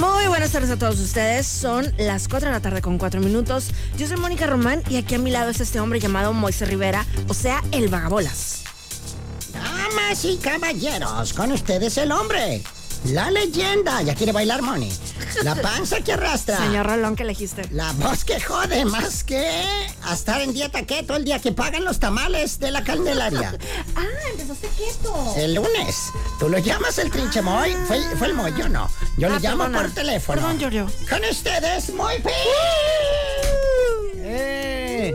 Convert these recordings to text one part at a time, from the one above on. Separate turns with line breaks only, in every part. Muy buenas tardes a todos ustedes. Son las 4 de la tarde con 4 minutos. Yo soy Mónica Román y aquí a mi lado es este hombre llamado Moisés Rivera, o sea, el vagabolas.
Damas y caballeros, con ustedes el hombre. La leyenda. Ya quiere bailar, Moni. La panza que arrastra.
Señor Rolón, que elegiste?
La voz que jode más que a estar en dieta keto el día que pagan los tamales de la Candelaria.
Ah, empezaste quieto.
El lunes. Tú lo llamas el trinche Moy. Fue, fue el Moy, yo no. Yo
Ah,
le llamo
perdona.
por teléfono.
Perdón, Giorgio.
Con ustedes, Moy P.
Uh.
¡Eh!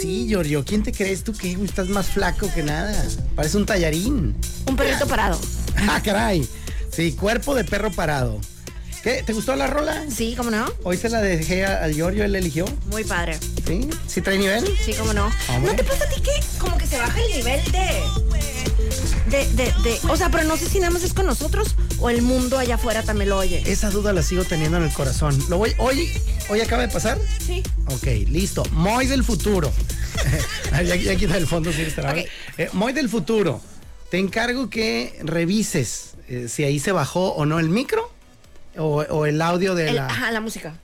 Sí, Giorgio, ¿quién te crees tú que güey? estás más flaco que nada? Parece un tallarín.
Un perrito parado.
¡Ah, caray! Sí, cuerpo de perro parado. ¿Qué? ¿Te gustó la rola?
Sí, cómo no.
Hoy se la dejé a- al Giorgio, él la eligió.
Muy padre.
¿Sí? ¿Sí trae nivel?
Sí, cómo no.
Hombre.
¿No te pasa a ti que como que se baja el nivel de... De, de, de, o sea, pero no sé si nada más es con nosotros o el mundo allá afuera también lo oye.
Esa duda la sigo teniendo en el corazón. Lo voy, hoy, hoy acaba de pasar.
Sí.
Ok, listo. Moy del futuro. ya, ya quita el fondo si estará.
Ok.
Eh, Moy del futuro. Te encargo que revises eh, si ahí se bajó o no el micro o, o el audio de
El-
la.
ajá, la música.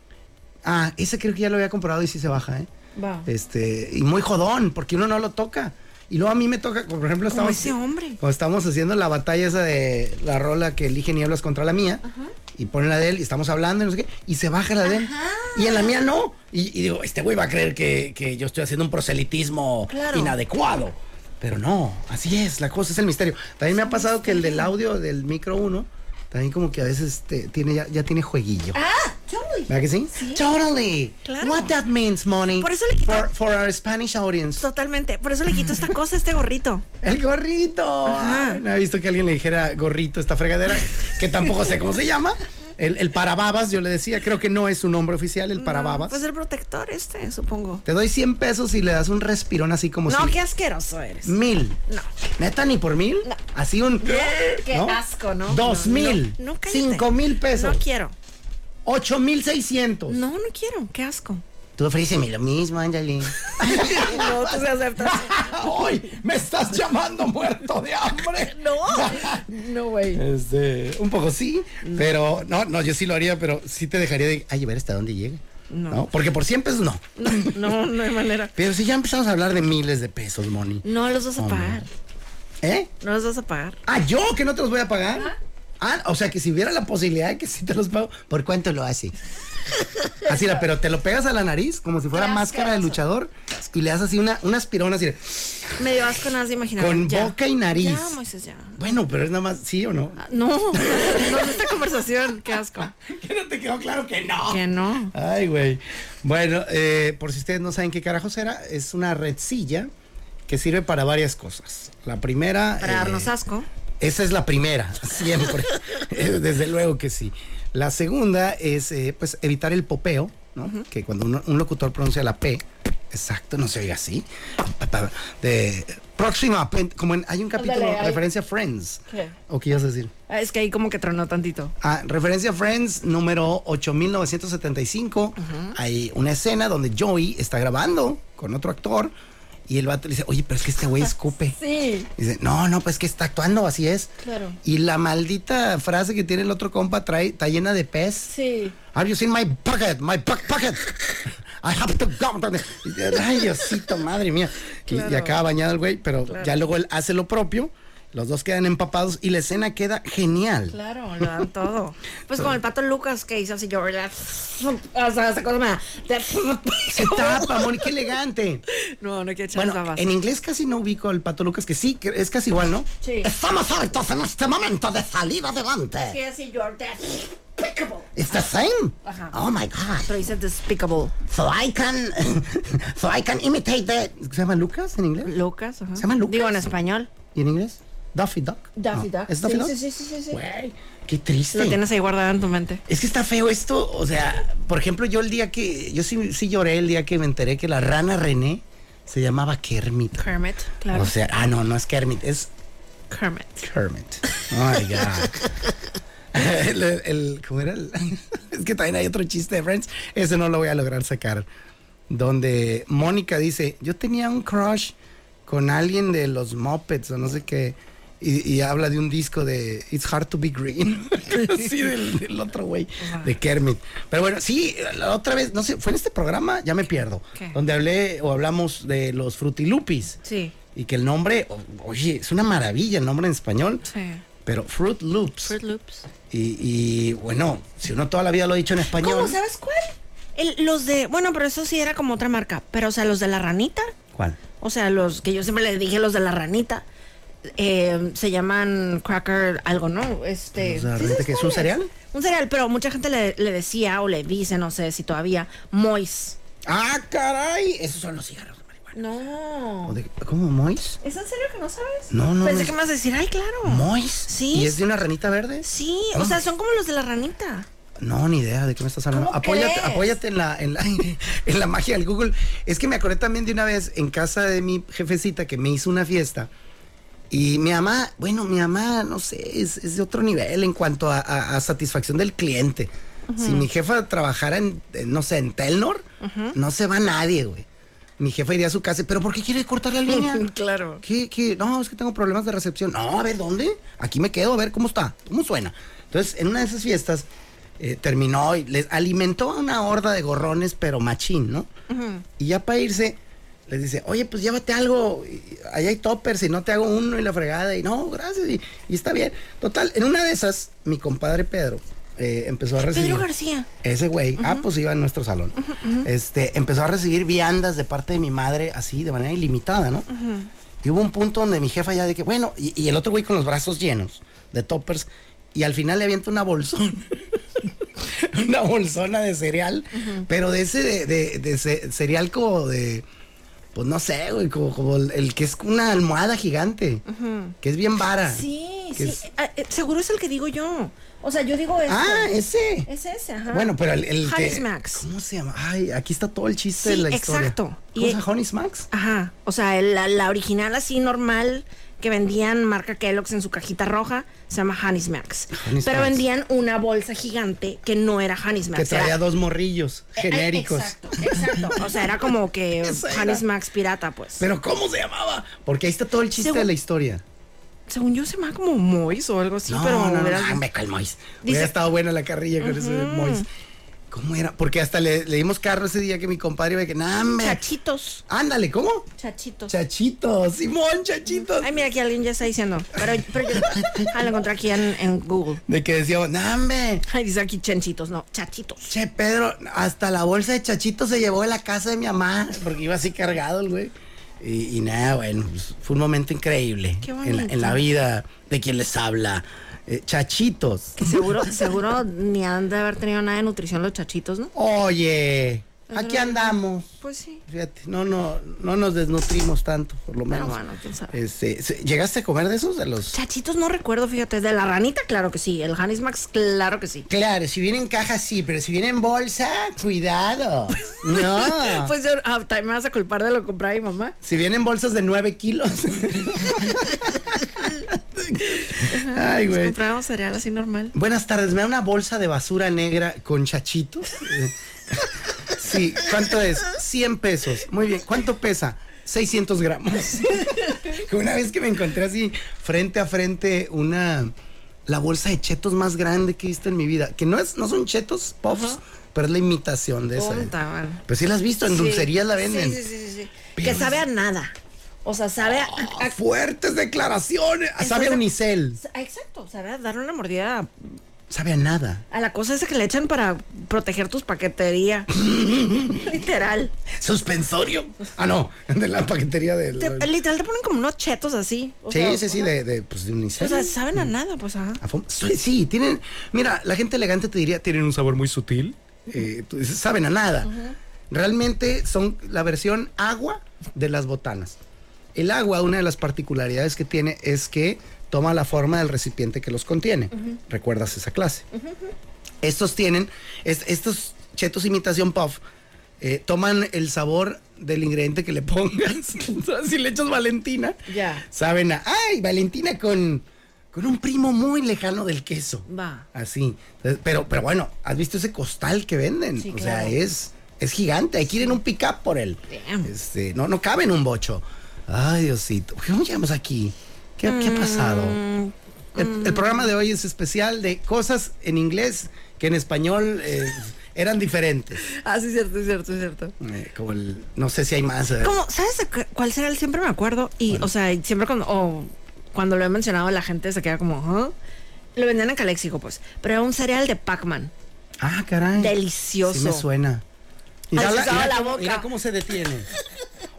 Ah, ese creo que ya lo había comprobado y sí se baja, ¿eh?
Va.
Este, y muy jodón, porque uno no lo toca. Y luego a mí me toca, como por ejemplo,
Como
estamos.
ese hombre.
cuando estamos haciendo la batalla esa de la rola que elige Nieblas contra la mía. Y pone la de él, y estamos hablando, y no sé qué, y se baja la de él. Y en la mía no. Y, y digo, este güey va a creer que, que yo estoy haciendo un proselitismo
Claro.
inadecuado. Pero no, así es, la cosa es el misterio. También me ha pasado que el del audio del micro 1, también como que a veces este, tiene, ya, ya tiene jueguillo.
Ah, Charlie.
¿Verdad que sí? Totally.
Claro.
What that means, money.
Por eso le quito-
For, for our Spanish audience.
Totalmente. Por eso le quito esta cosa a este gorrito.
El gorrito. Ay, No he visto que alguien le dijera gorrito a esta fregadera, que tampoco sé cómo se llama. El, el parababas, yo le decía, creo que no es su nombre oficial, el parababas.
Pues el protector este, supongo.
Te doy 100 pesos y le das un respirón así como
No,
si...
qué asqueroso eres.
Mil.
No.
¿Neta ni por mil?
No.
Así un...
Qué asco, ¿no?
Dos
No,
mil.
no, no, cállate.
cinco mil pesos.
No quiero. Mm.
Ocho mil seiscientos.
No, no quiero. Qué asco.
Tú ofréceme lo mismo, Angelina.
No, tú se aceptas.
¡Ay! ¡Me estás llamando muerto de hambre!
No. No, güey.
Este, un poco sí, pero no, no, yo sí lo haría, pero sí te dejaría de, ay, a ver hasta dónde llega. No. Porque por 100 pesos no.
No, no hay manera.
Pero si ya empezamos a hablar de miles de pesos, Moni.
No los vas a
Hombre.
pagar.
¿Eh?
No los vas a pagar.
Ah, yo que no te los voy a pagar. Ah, o sea que si hubiera la posibilidad de que sí te los pago, ¿por cuánto lo hace? Así era, pero te lo pegas a la nariz como si fuera
Qué
máscara de
asqueroso.
luchador y le das así una, una aspirona así de-
Me dio asco nada más de imaginar.
con
Ya.
boca y nariz.
Ya, Moisés, ya.
Bueno, pero es nada más, ¿sí o no?
Ah, No, no es esta conversación. Qué asco.
¿Qué no te quedó claro que no?
Que no.
Ay, güey. Bueno, eh, por si ustedes no saben qué carajos era, es una redcilla que sirve para varias cosas. La primera...
Para
eh,
darnos asco.
Esa es la primera, siempre. Eh, Desde luego que sí. La segunda es, eh, pues, evitar el popeo, ¿no? Que cuando uno- un locutor pronuncia la P, exacto, no se oiga así. Pa- pa- De próxima, pen- como en- hay un capítulo,
Ándale, ahí.
referencia a Friends.
¿Qué?
¿O qué ibas a decir?
Ah, Es que ahí como que tronó tantito.
Ah, referencia a Friends número 8975. Hay una escena donde Joey está grabando con otro actor y el vato le dice, oye, pero es que este güey escupe.
Sí.
Y Dice, no, no, pues que está actuando, así es.
Claro.
Y la maldita frase que tiene el otro compa trae, está llena de pez.
Sí.
Have you seen my pocket? My back pocket. I have to go. Ay, Diosito, madre mía. Y- Y,
Claro.
acaba bañado el güey, pero ya luego él hace lo propio. Los dos quedan empapados y la escena queda genial.
Claro, lo dan todo. Pues como el pato Lucas que hizo así yo, ¿verdad? O sea, esa cosa me da-
Se tapa, Moni, qué elegante.
No, no quiero echar
Bueno,
las babas.
en inglés casi no ubico al Pato Lucas, que sí, que es casi igual, ¿no?
Sí.
Estamos hartos en este momento de salir adelante.
Sí, así yo, despicable.
It's the same.
Ajá.
Oh my God.
Pero dice despicable.
So I can, so I can imitate the
¿Se llama Lucas en inglés?
Lucas, ajá.
¿Se llama Lucas?
Digo en español.
¿Y en inglés? Daffy Duck.
Daffy
No,
Duck.
¿Es Daffy
Sí,
Duck?
sí, sí, sí, sí, sí.
Güey, qué
Lo
triste.
tienes ahí guardado en tu mente.
Es que está feo esto. O sea, por ejemplo, yo el día que. Yo sí, sí lloré el día que me enteré que la rana René se llamaba Kermit.
Kermit, claro.
O sea, ah, no, no es Kermit, es
Kermit.
Kermit. Oh my God. El, el- el- ¿Cómo era? el? es que también hay otro chiste de Friends. Ese no lo voy a lograr sacar. Donde Mónica dice: Yo tenía un crush con alguien de los Muppets o no sé qué. Y, y habla de un disco de It's Hard to Be Green. sí, del, del otro güey, de Kermit. Pero bueno, sí, la otra vez, no sé, fue en este programa, ya me pierdo.
¿Qué?
Donde hablé o hablamos de los Frutilupis.
Sí.
Y que el nombre, o- oye, es una maravilla el nombre en español.
Sí.
Pero Fruit Loops.
Fruit Loops.
Y, y, bueno, si uno toda la vida lo ha dicho en español.
¿Cómo? ¿Sabes cuál? El- los de. Bueno, pero eso sí era como otra marca. Pero, o sea, los de la ranita.
¿Cuál?
O sea, los que yo siempre le dije, los de la ranita. eh, se llaman cracker algo, ¿no? Este,
¿Los de la
¿sí
ranita
sabes
que es
cuál
un cereal?
Un cereal, pero mucha gente le, le decía o le dice, no sé si todavía, Mois.
¡Ah, caray! Esos son los cigarros de marihuana.
No.
O de- ¿Cómo, Mois?
¿Es en serio que no sabes?
No, no,
Pensé
no.
que me vas a decir, ay, claro.
¿Mois?
Sí.
¿Y es de una ranita verde?
Sí, o sea, son como los de la ranita.
No, ni idea de qué me estás hablando.
¿Cómo
Apóyate,
crees?
apóyate en la, en la- en la magia del Google. Es que me acordé también de una vez en casa de mi jefecita que me hizo una fiesta. Y mi mamá, bueno, mi mamá, no sé, es, es de otro nivel en cuanto a, a- a satisfacción del cliente. Si mi jefa trabajara en, en, no sé, en Telnor, no se va nadie, güey. Mi jefa iría a su casa, pero ¿por qué quiere cortar la línea?
Claro.
¿Qué, qué? No, es que tengo problemas de recepción. No, a ver, ¿dónde? Aquí me quedo, a ver cómo está, cómo suena. Entonces, en una de esas fiestas, eh, terminó y les alimentó a una horda de gorrones, pero machín, ¿no? Y ya para irse, les dice, oye, pues llévate algo, y- y allá hay toppers y no te hago uno y la fregada, y no, gracias, y, y está bien. Total, en una de esas, mi compadre Pedro eh, empezó a recibir...
Pedro García.
Ese güey, ah, pues iba en nuestro salón. Este, empezó a recibir viandas de parte de mi madre así, de manera ilimitada, ¿no? Y hubo un punto donde mi jefa ya de que, bueno, y, y el otro güey con los brazos llenos de toppers, y al final le avienta una bolsona. una bolsona de cereal, pero de ese de, de- de ce- cereal como de. Pues no sé, güey, como, como el, el que es una almohada gigante, que es bien vara.
Sí,
Ah, que
sí.
es-
Ah, eh, seguro es el que digo yo. O sea, yo digo este.
ah, ese.
Es ese, ajá.
Bueno, pero el, el que-
Honey Smacks.
¿Cómo se llama? Ay, aquí está todo el chiste
Sí,
de la historia.
exacto.
¿Cómo
Y-
se llama? Honey Smacks?
Ajá. O sea, el- la, la original así normal que vendían marca Kellogg's en su cajita roja se llama Honey Smacks. Pero
Honey Smacks.
vendían una bolsa gigante que no era Honey Smacks.
Que traía
era-
dos morrillos
Eh, eh,
genéricos.
Exacto, exacto. O sea, era como que
Esa era.
Honey Smacks pirata, pues.
Pero ¿cómo se llamaba? Porque ahí está todo el chiste
Según-
de la historia.
Según yo se llamaba como Mois o algo así,
no,
pero
no, no,
hubieras-
no, me cae el Mois.
Dice-
Hubiera estado buena la carrilla con ese Mois. ¿Cómo era? Porque hasta le, le dimos carro ese día que mi compadre iba de que, nah, hombre,
chachitos.
ándale, ¿cómo?
Chachitos.
Chachitos, Simón, chachitos.
Ay, mira, aquí alguien ya está diciendo. Pero, pero yo ah, lo encontré aquí en, en Google.
De que decíamos, nah, hombre,
Ay, dice aquí chanchitos, no, chachitos.
Che, Pedro, hasta la bolsa de chachito se llevó de la casa de mi mamá, porque iba así cargado el güey. Y, y nada, bueno, pues, fue un momento increíble
Qué
en, la, en
bonito.
la vida de quien les habla. Eh, chachitos.
Que seguro, seguro ni han de haber tenido nada de nutrición los chachitos, ¿no?
Oye, aquí andamos.
Pues sí.
Fíjate, no, no, no nos desnutrimos tanto, por lo
Pero
menos.
bueno, quién sabe.
Este, ¿se- ¿Llegaste a comer de esos? De los.
Chachitos no recuerdo, fíjate, de la ranita, claro que sí. El Hanis Max, claro que sí.
Claro, si viene en caja sí, pero si viene en bolsa, cuidado. No.
Pues yo, ah, también me vas a culpar de lo que compraba mi mamá.
Si vienen bolsas de 9 kilos. Ay, güey.
Comprábamos cereal así normal.
Buenas tardes, me da una bolsa de basura negra con chachitos. Sí, ¿cuánto es? 100 pesos. Muy bien, ¿cuánto pesa? 600 gramos. Una vez que me encontré así frente a frente una la bolsa de chetos más grande que he visto en mi vida, que no es no son chetos puffs, pero es la imitación de esa.
Puta, man.
Pues sí las has visto en dulcerías la venden.
Sí, sí, sí. sí, sí.
Pero
Que
es-
sabe a nada. O sea, sabe a. a-
Ah, fuertes declaraciones. Ah, Sabe a
Entonces-
unicel.
a- exacto, sabe a dar una mordida
Sabe a nada.
a la cosa esa que le echan para proteger tus paquetería. Literal.
Suspensorio. Ah, no. De la paquetería de.
Te- literal te ponen como unos chetos así. O sea,
sí, sí, sí, de, Mm. de, pues, de unicel.
O sea, saben a nada, pues ajá.
A fom- sí, sí, tienen. Mira, la gente elegante te diría, tienen un sabor muy sutil. eh, tú dices, saben a nada. Realmente son la versión agua de las botanas. El agua, una de las particularidades que tiene es que toma la forma del recipiente que los contiene. ¿Recuerdas esa clase? Estos tienen, es- estos chetos imitación puff, eh, toman el sabor del ingrediente que le pongas. Entonces, si le echas Valentina,
Ya.
saben a, ay, Valentina con, con un primo muy lejano del queso.
Va.
Así. Entonces, pero, pero bueno, ¿has visto ese costal que venden?
Sí,
o sea,
claro.
es, es gigante. Hay que ir en un pick-up por él.
Damn.
Este, no, no cabe en un bocho. Ay, Diosito. ¿Cómo llegamos aquí? ¿Qué, qué ha
Mm,
pasado? El, el programa de hoy es especial de cosas en inglés que en español eh, eran diferentes.
Ah, sí, cierto, es cierto, es cierto.
Eh, como el, no sé si hay más. eh,
Como, ¿sabes de cu- cuál será el siempre me acuerdo? Y, o sea, y siempre cuando, o cuando lo he mencionado, la gente se queda como, ¿huh? Lo vendían en Caléxico, pues. Pero era un cereal de Pac-Man.
Ah, caray.
Delicioso.
Sí me suena. Mira,
Ay, se
la-
usaba
mira
la
cómo-
boca.
mira cómo se detiene.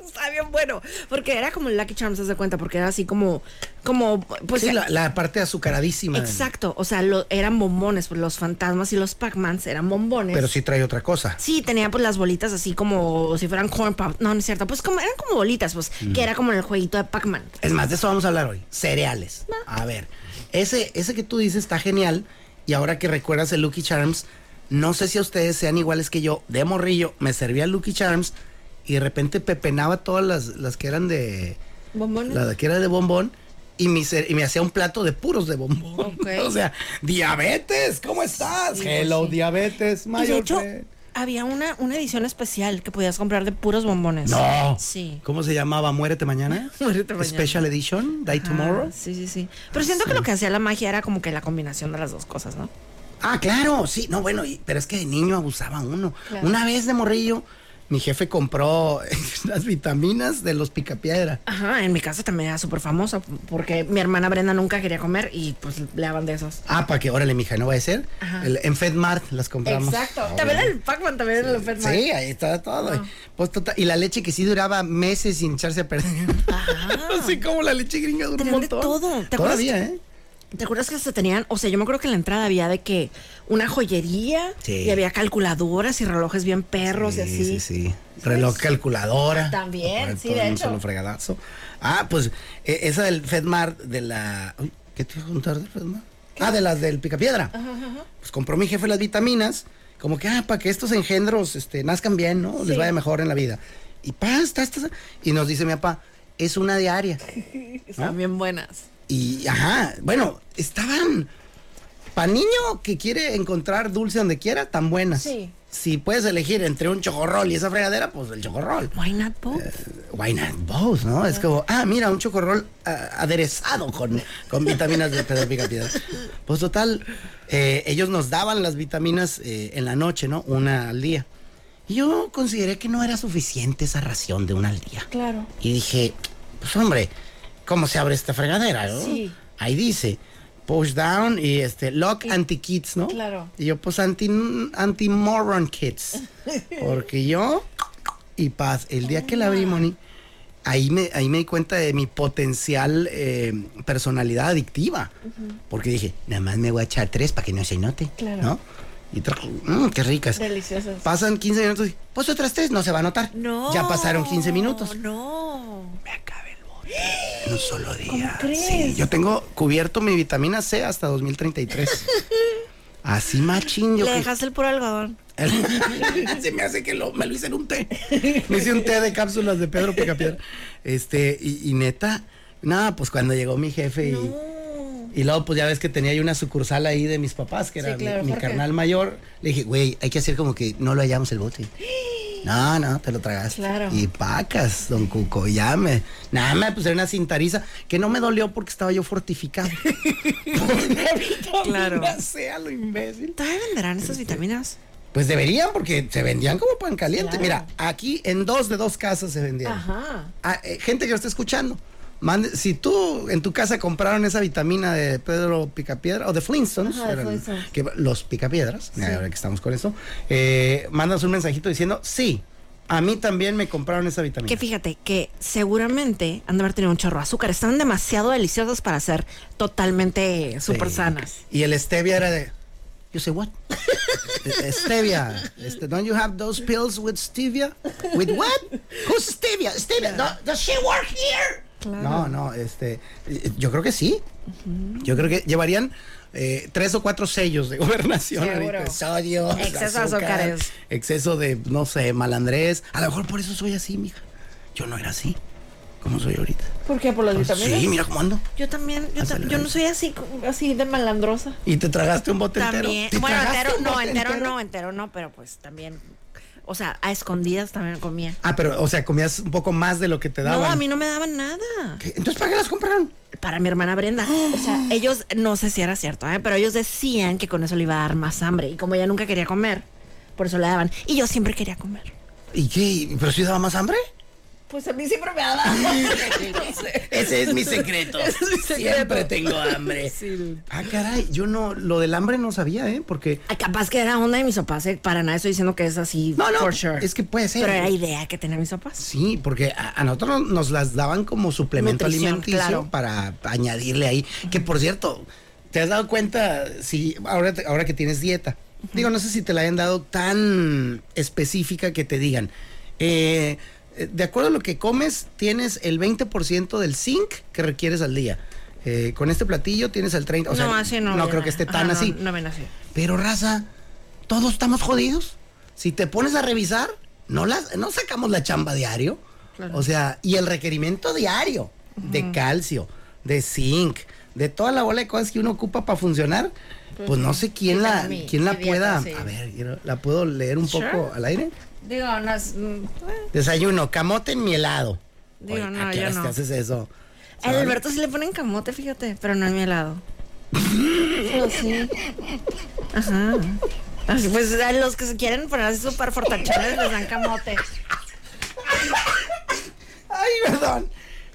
Está bien bueno. Porque era como el Lucky Charms, haz de cuenta, porque era así como, como, pues.
Sí, la, la parte azucaradísima.
Exacto, o sea, lo, eran bombones, pues los fantasmas y los Pac-Mans eran bombones.
Pero sí trae otra cosa.
Sí, tenía pues las bolitas así como si fueran corn pop. No, no es cierto. Pues como, eran como bolitas, pues, que era como en el jueguito de Pac-Man.
Es más, de eso vamos a hablar hoy. Cereales. A ver, ese, ese que tú dices está genial. Y ahora que recuerdas el Lucky Charms, no sé si a ustedes sean iguales que yo. De morrillo, me servía el Lucky Charms y de repente pepenaba todas las, las que eran de.
¿Bombones?
La que era de bombón. Y me, hice- y me hacía un plato de puros de bombón.
Ok.
O sea, diabetes, ¿cómo estás? Hello, diabetes,
pues Y
mayor.
de hecho,
friend.
había una, una edición especial que podías comprar de puros bombones.
No.
Sí.
¿Cómo se llamaba? Muérete mañana.
Muérete mañana.
Special Edition, Die Tomorrow.
Ah, sí, sí, sí. Pero siento que lo que hacía la magia era como que la combinación de las dos cosas, ¿no?
Ah, claro, sí, no, bueno, y- pero es que de niño abusaba uno.
Claro.
Una vez de morrillo, mi jefe compró las vitaminas de los picapiedra.
Ajá, en mi casa también era súper famosa porque mi hermana Brenda nunca quería comer y pues le daban de esos.
Ah, para que, órale, mija, no va a ser.
Ajá.
El- en FedMart las compramos. Ah,
También
bueno.
el Pac-Man, también el enfermo.
Sí, ahí estaba todo. Pues, total, y la leche que sí duraba meses sin echarse a perder. Así como la leche gringa duró un
Tenían de
montón.
todo. ¿Te acuerdas
Todavía, ¿eh?
¿Te acuerdas que se tenían? O sea, yo me acuerdo que en la entrada había de que una joyería
Sí.
y había calculadoras y relojes bien perros y así. Pues,
Sí, sí. Reloj calculadora.
También,
Para
sí,
todo
de
en un
hecho.
solo fregadazo. Ah, pues e- esa del FedMart de la. Uy, ¿Qué te iba a contar del FedMart? Ah, de las del Picapiedra. Pues compró mi jefe las vitaminas, como que, ah, para que estos engendros este, nazcan bien, ¿no? Les vaya mejor en la vida. Y pasta, y nos dice mi papá, es una diaria.
Están bien buenas.
Y, ajá, bueno, estaban. Para niño que quiere encontrar dulce donde quiera, tan buenas.
Sí.
Si puedes elegir entre un chocorrol y esa fregadera, pues el chocorrol.
Why not both?
Eh, Why not both, ¿no? Es como, ah, mira, un chocorrol ah, aderezado con, con vitaminas de Pedro Picapiedra. Pues total, eh, ellos nos daban las vitaminas eh, en la noche, ¿no? Una al día. Y yo consideré que no era suficiente esa ración de una al día.
Claro.
Y dije, pues hombre, ¿cómo se abre esta fregadera? no?
Sí.
Ahí dice, push down y este, lock anti-kids, ¿no?
claro.
Y yo, pues anti- anti-moron kids. Porque yo, y paz, el día que la
Ah.
abrí, Moni, ahí me, ahí me di cuenta de mi potencial eh, personalidad adictiva. Porque dije, nada más me voy a echar tres para que no se note.
Claro.
¿No? Y tra- mm, qué ricas.
Deliciosas.
Pasan 15 minutos y, pues otras tres, no se va a notar.
No.
Ya pasaron 15 minutos.
No.
En un solo día. Sí, yo tengo cubierto mi vitamina C hasta 2033. Así machín, yo
Le
que-
dejaste el puro algodón.
Se me hace que lo- me lo hice en un té. Me hice un té de cápsulas de Pedro Picapiedra. Este, y, y neta, nada, pues cuando llegó mi jefe y. Y luego, pues ya ves que tenía yo una sucursal ahí de mis papás, que era mi-
claro,
mi,
Jorge.
carnal mayor. Le dije, güey, hay que hacer como que no lo hallamos el bote. No, no, te lo tragaste.
Claro.
Y pacas, don Cuco, ya me. Nada, me pusieron una cintariza que no me dolió porque estaba yo fortificado.
Claro.
sea lo imbécil.
¿Todavía venderán estas vitaminas?
Pues deberían, porque se vendían como pan caliente. Mira, aquí en dos de dos casas se vendían.
Ajá.
Ah, eh, gente que lo está escuchando, mande- si tú en tu casa compraron esa vitamina de Pedro Picapiedra o de Flintstones,
Ajá, de
eran-
Flintstones.
que- los Picapiedras, ahora que estamos con eso, eh, mandas un mensajito diciendo, sí, a mí también me compraron esa vitamina.
Que fíjate que seguramente han de haber tenido un chorro de azúcar. Están demasiado deliciosas para ser totalmente súper
Sí.
sanas.
Y el stevia era de, you say what? stevia, este, don't you have those pills with stevia? With what? Who's stevia? Stevia, no, does she work here?
Claro.
No, no, este, eh, yo creo que sí. Yo creo que llevarían eh, tres o cuatro sellos de gobernación.
Seguro.
ahorita. Sodio,
Exceso de azúcares.
exceso de, no sé, malandrés. A lo mejor por eso soy así, mija. Yo no era así, como soy ahorita.
¿Por qué? ¿Por las vitaminas?
Pues Sí, mira cómo ando.
Yo también, yo, ta-
Ah, sale
yo no
rey.
soy así, así de malandrosa.
Y te tragaste un bote
También,
entero. ¿Te
bueno,
tragaste
entero,
un
no,
bote
entero, no, entero no, pero pues también, o sea, a escondidas también comía.
Ah, pero, o sea, comías un poco más de lo que te daban.
No, a mí no me daban nada.
¿Qué? Entonces, ¿para qué las compraron?
Para mi hermana Brenda. O sea, ellos, no sé si era cierto, ¿eh? pero ellos decían que con eso le iba a dar más hambre. Y como ella nunca quería comer, por eso le daban. Y yo siempre quería comer.
¿Y qué? ¿Pero si daba más hambre?
Pues a mí siempre me daba hambre.
Ese es mi secreto.
Ese es mi secreto.
Siempre tengo hambre. Ah, caray, yo no, lo del hambre no sabía, ¿eh? Porque.
Ay, Capaz que era onda de mis papás, ¿eh? para nada estoy diciendo que es así.
No, no,
for sure.
es que puede ser.
Pero era idea que tenía mis papás.
Sí, porque a, a nosotros nos las daban como suplemento
Nutrición,
alimenticio
claro.
para añadirle ahí. Que por cierto, ¿te has dado cuenta si ahora, te- ahora que tienes dieta? Digo, no sé si te la hayan dado tan específica que te digan. eh, eh, de acuerdo a lo que comes, tienes el 20% del zinc que requieres al día. Eh, con este platillo tienes el 30%. O sea,
no, así no.
No
ven
creo que esté
Ajá,
tan
no,
así.
No ven así.
Pero raza, todos estamos jodidos. Si te pones a revisar, no las, no sacamos la chamba diario.
Claro.
O sea, y el requerimiento diario de calcio, de zinc, de toda la bola de cosas que uno ocupa para funcionar, pues, no sé quién la,
mi-
quién la
mi dieta,
pueda.
sí.
A ver, quiero- la puedo leer un
Sure.
poco al aire.
Digo, no es- mm, eh.
Desayuno, camote en mi helado.
Digo,
¿a
no,
qué
yo
horas
no.
te haces eso?
A Alberto sí le ponen camote, fíjate, pero no en mi helado. Pero Oh, sí. Ajá. Así, Pues a los que se quieren poner así súper fortachones les dan camote. Pues,
Ay, perdón.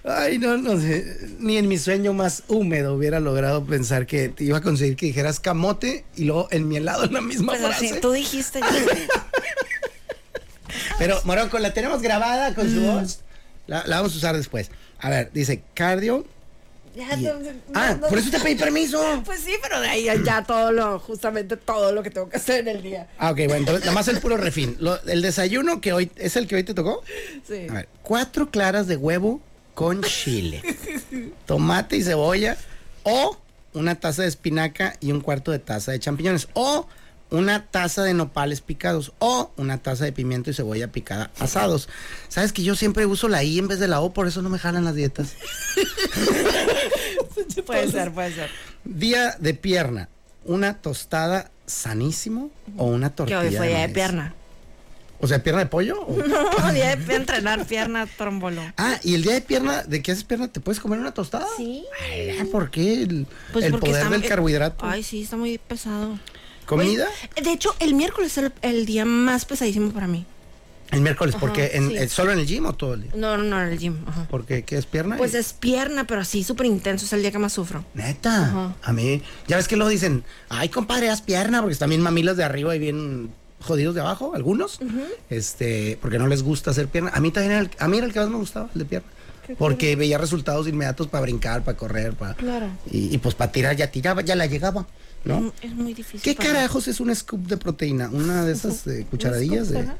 Ay, no, no sé. Ni en mi sueño más húmedo hubiera logrado pensar que te iba a conseguir que dijeras camote y luego en mi helado en la misma
Pues
frase.
así, tú dijiste. yo-
Pero, Morocco, la tenemos grabada con su
Mm.
voz. La, la vamos a usar después. A ver, dice cardio.
Ya,
y-
entonces,
Ah,
no-
por eso te pedí permiso.
Pues sí, pero de ahí ya- ya todo lo, justamente todo lo que tengo que hacer en el día.
Ah, ok, bueno, entonces, nada más el puro refín. Lo- el desayuno que hoy, ¿es el que hoy te tocó?
Sí.
A ver, cuatro claras de huevo con chile, tomate y cebolla, o una taza de espinaca y un cuarto de taza de champiñones, o una taza de nopales picados, o una taza de pimiento y cebolla picada asados. Sabes que yo siempre uso la I en vez de la O, por eso no me jalan las dietas.
Puede ser, puede ser.
Día de pierna, una tostada sanísimo o una
Que
tortilla.
hoy fue día de
maíz.
pierna.
O sea, pierna de pollo. o-
No, día de entrenar piernas, trombolo.
Ah, y el día de pierna, ¿de qué haces pierna? ¿Te puedes comer una tostada?
Sí.
Ala, ¿Por qué? El,
Pues
el
porque
poder
está-
del
eh,
carbohidrato.
Ay, sí, está muy pesado.
¿Comida?
Oye, de hecho, el miércoles es el, el día más pesadísimo para mí.
el miércoles, porque en-
sí.
eh, solo en el gym o todo el día.
No, no, no, en el gym. ajá.
Porque ¿qué es pierna?
Pues
Y-
es pierna, pero así súper intenso. Es el día que más sufro.
Neta,
Ajá.
a mí, ya ves que luego dicen, ay compadre, haz pierna, porque están bien mamilas de arriba y bien jodidos de abajo, algunos, este, porque no les gusta hacer pierna. A mí también era el, a mí era el que más me gustaba, el de pierna, porque veía resultados inmediatos para brincar, para correr, para...
Claro.
Y, y, pues para tirar, ya tiraba, ya la llegaba, ¿no?
Mm, Es muy difícil.
¿Qué
para mí.
carajos es un scoop de proteína? Una de esas eh, cucharadillas
scoop,
de...
ajá.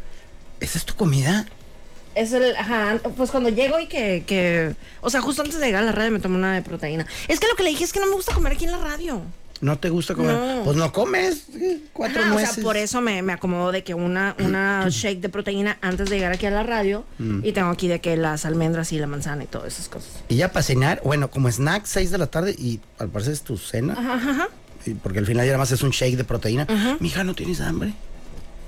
¿Esa es tu comida?
Es el, ajá, pues cuando llego y que, que, o sea, justo antes de llegar a la radio me tomo una de proteína. Es que lo que le dije es que no me gusta comer aquí en la radio.
¿No te gusta comer?
No.
Pues no comes eh, cuatro
Ajá,
nueces.
O sea, por eso me, me acomodo de que una, una shake de proteína antes de llegar aquí a la radio
Mm.
y tengo aquí de que las almendras y la manzana y todas esas cosas.
Y ya para cenar, bueno, como snack, 6 de la tarde y al parecer es tu cena.
Ajá, ajá, ajá.
y- Porque al final ya nada más es un shake de proteína. Mija, ¿no tienes hambre?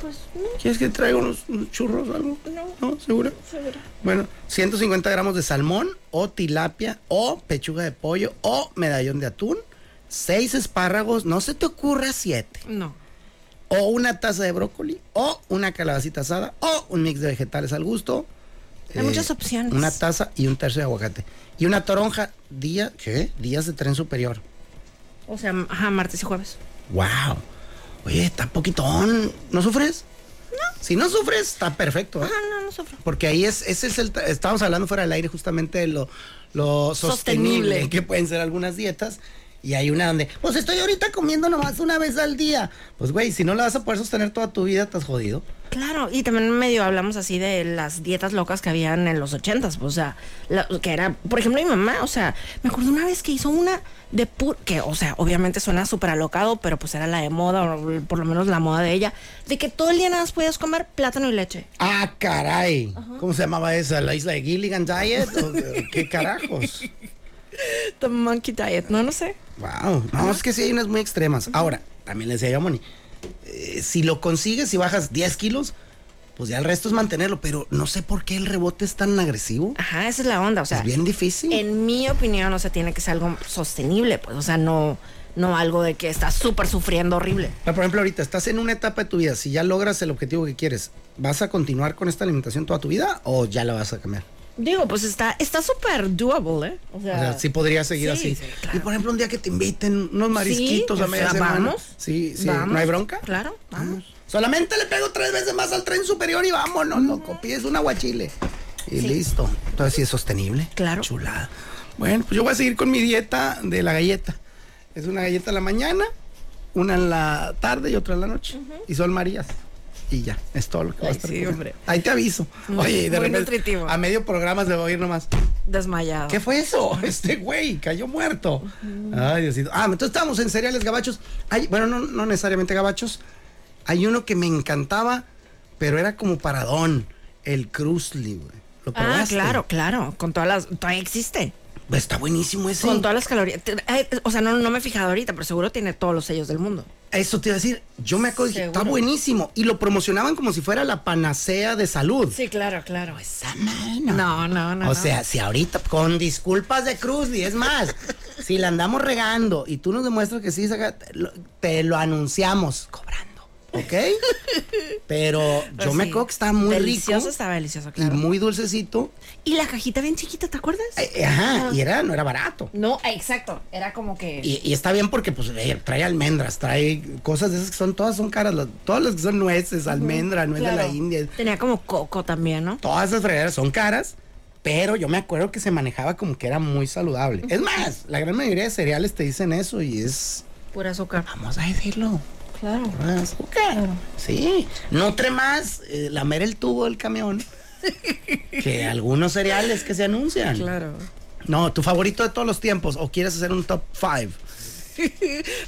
Pues
¿Quieres que traiga unos, unos churros o algo? No. ¿No? ¿Segura?
Segura.
Bueno, 150 gramos de salmón o tilapia o pechuga de pollo o medallón de atún. Seis espárragos, no se te ocurra siete.
no.
o una taza de brócoli, o una calabacita asada, o un mix de vegetales al gusto. Eh,
Hay muchas opciones.
Una taza y un tercio de aguacate. Y una toronja, día, ¿qué? Días de tren superior.
O sea, ajá, martes y jueves.
¡Wow! Oye, está poquitón. ¿No sufres? No. Si no sufres, está perfecto. ¿eh?
Ajá, no, no sufro.
Porque ahí es, ese es el, tra- estábamos hablando fuera del aire justamente de lo, lo sostenible,
Sostenible.
que pueden ser algunas dietas. Y hay una donde, pues estoy ahorita comiendo nomás una vez al día. Pues güey, si no la vas a poder sostener toda tu vida, estás jodido.
Claro, y también medio hablamos así de las dietas locas que habían en los ochentas, pues, o sea, la- que era, por ejemplo, mi mamá, o sea, me acuerdo una vez que hizo una de pur, que, o sea, obviamente suena súper alocado, pero pues era la de moda, o por lo menos la moda de ella, de que todo el día nada más podías comer plátano y leche.
Ah, caray. ¿Cómo se llamaba esa? ¿La isla de Gilligan Diet? ¿O qué- ¿Qué carajos?
The monkey diet, no, no sé.
Wow, no, es que sí hay unas muy extremas. Ahora, también le decía yo a Moni, eh, si lo consigues y bajas 10 kilos, pues ya el resto es mantenerlo, pero no sé por qué el rebote es tan agresivo.
Ajá, esa es la onda, o sea,
Es bien difícil.
Ah, en mi opinión, o sea, tiene que ser algo sostenible, pues, o sea, no, no algo de que estás súper sufriendo horrible.
Pero, por ejemplo, ahorita estás en una etapa de tu vida, si ya logras el objetivo que quieres, ¿vas a continuar con esta alimentación toda tu vida o ya la vas a cambiar?
Digo, pues está está súper doable, ¿eh? O sea,
O sea, sí podría seguir
sí,
así.
sí, claro.
Y por ejemplo, un día que te inviten unos marisquitos a
o
media
sea,
semana.
Ah, vamos,
Sí, sí.
vamos.
¿No hay bronca? Ah.
Claro, vamos.
Solamente le pego tres veces más al tren superior y vámonos, loco. Pides un aguachile. Y listo. Entonces sí es sostenible.
Claro.
Chulada. Bueno, pues yo voy a seguir con mi dieta de la galleta. Es una galleta a la mañana, una en la tarde y otra en la noche. Y son Marías. Y ya, es todo lo que va a
Ay,
estar.
sí,
comiendo.
hombre.
Ahí te aviso.
Muy-
Oye, y de
muy
repente
nutritivo.
a medio programa se va a ir nomás.
Desmayado.
¿Qué fue eso? Este güey cayó muerto. Ay, Diosito. Ah, entonces estábamos en cereales gabachos. Ay, bueno, no, no necesariamente gabachos. Hay uno que me encantaba, pero era como paradón. El Krusli, güey. ¿Lo probaste?
Ah, claro, claro. Con todas las. Todavía existe.
Pues está buenísimo ese.
Con todas las calorías. Te- eh, O sea, no, no me he fijado ahorita, pero seguro tiene todos los sellos del mundo.
Eso te iba a decir. Yo me acuerdo y dije, está
Seguro.
buenísimo. Y lo promocionaban como si fuera la panacea de salud.
Sí, claro, claro.
Esa mano.
No, no, no.
o
no.
sea, si ahorita, con disculpas de Cruzli, es más, si la andamos regando y tú nos demuestras que sí, saca- te lo- te lo anunciamos cobrando, ¿ok? Pero yo
Pero
me
Pues sí,
acuerdo que estaba muy
Delicioso,
rico
estaba delicioso,
y
claro.
muy dulcecito.
Y la cajita bien chiquita, ¿te acuerdas?
Eh, eh, ajá, y era, no era barato.
No, eh, exacto. Era como que.
Y, y está bien porque pues eh, trae almendras, trae cosas de esas que son, todas son caras, las- todas las que son nueces, almendra, nuez de la
Claro.
India,
Tenía como coco también, ¿no?
todas esas fregaderas son caras, pero yo me acuerdo que se manejaba como que era muy saludable. Es más, la gran mayoría de cereales te dicen eso y es,
Pura azúcar.
vamos a decirlo,
Claro.
pura azúcar. Sí, nutre más eh, lamer el tubo del camión que algunos cereales que se anuncian.
Claro.
No, tu favorito de todos los tiempos o quieres hacer un top 5.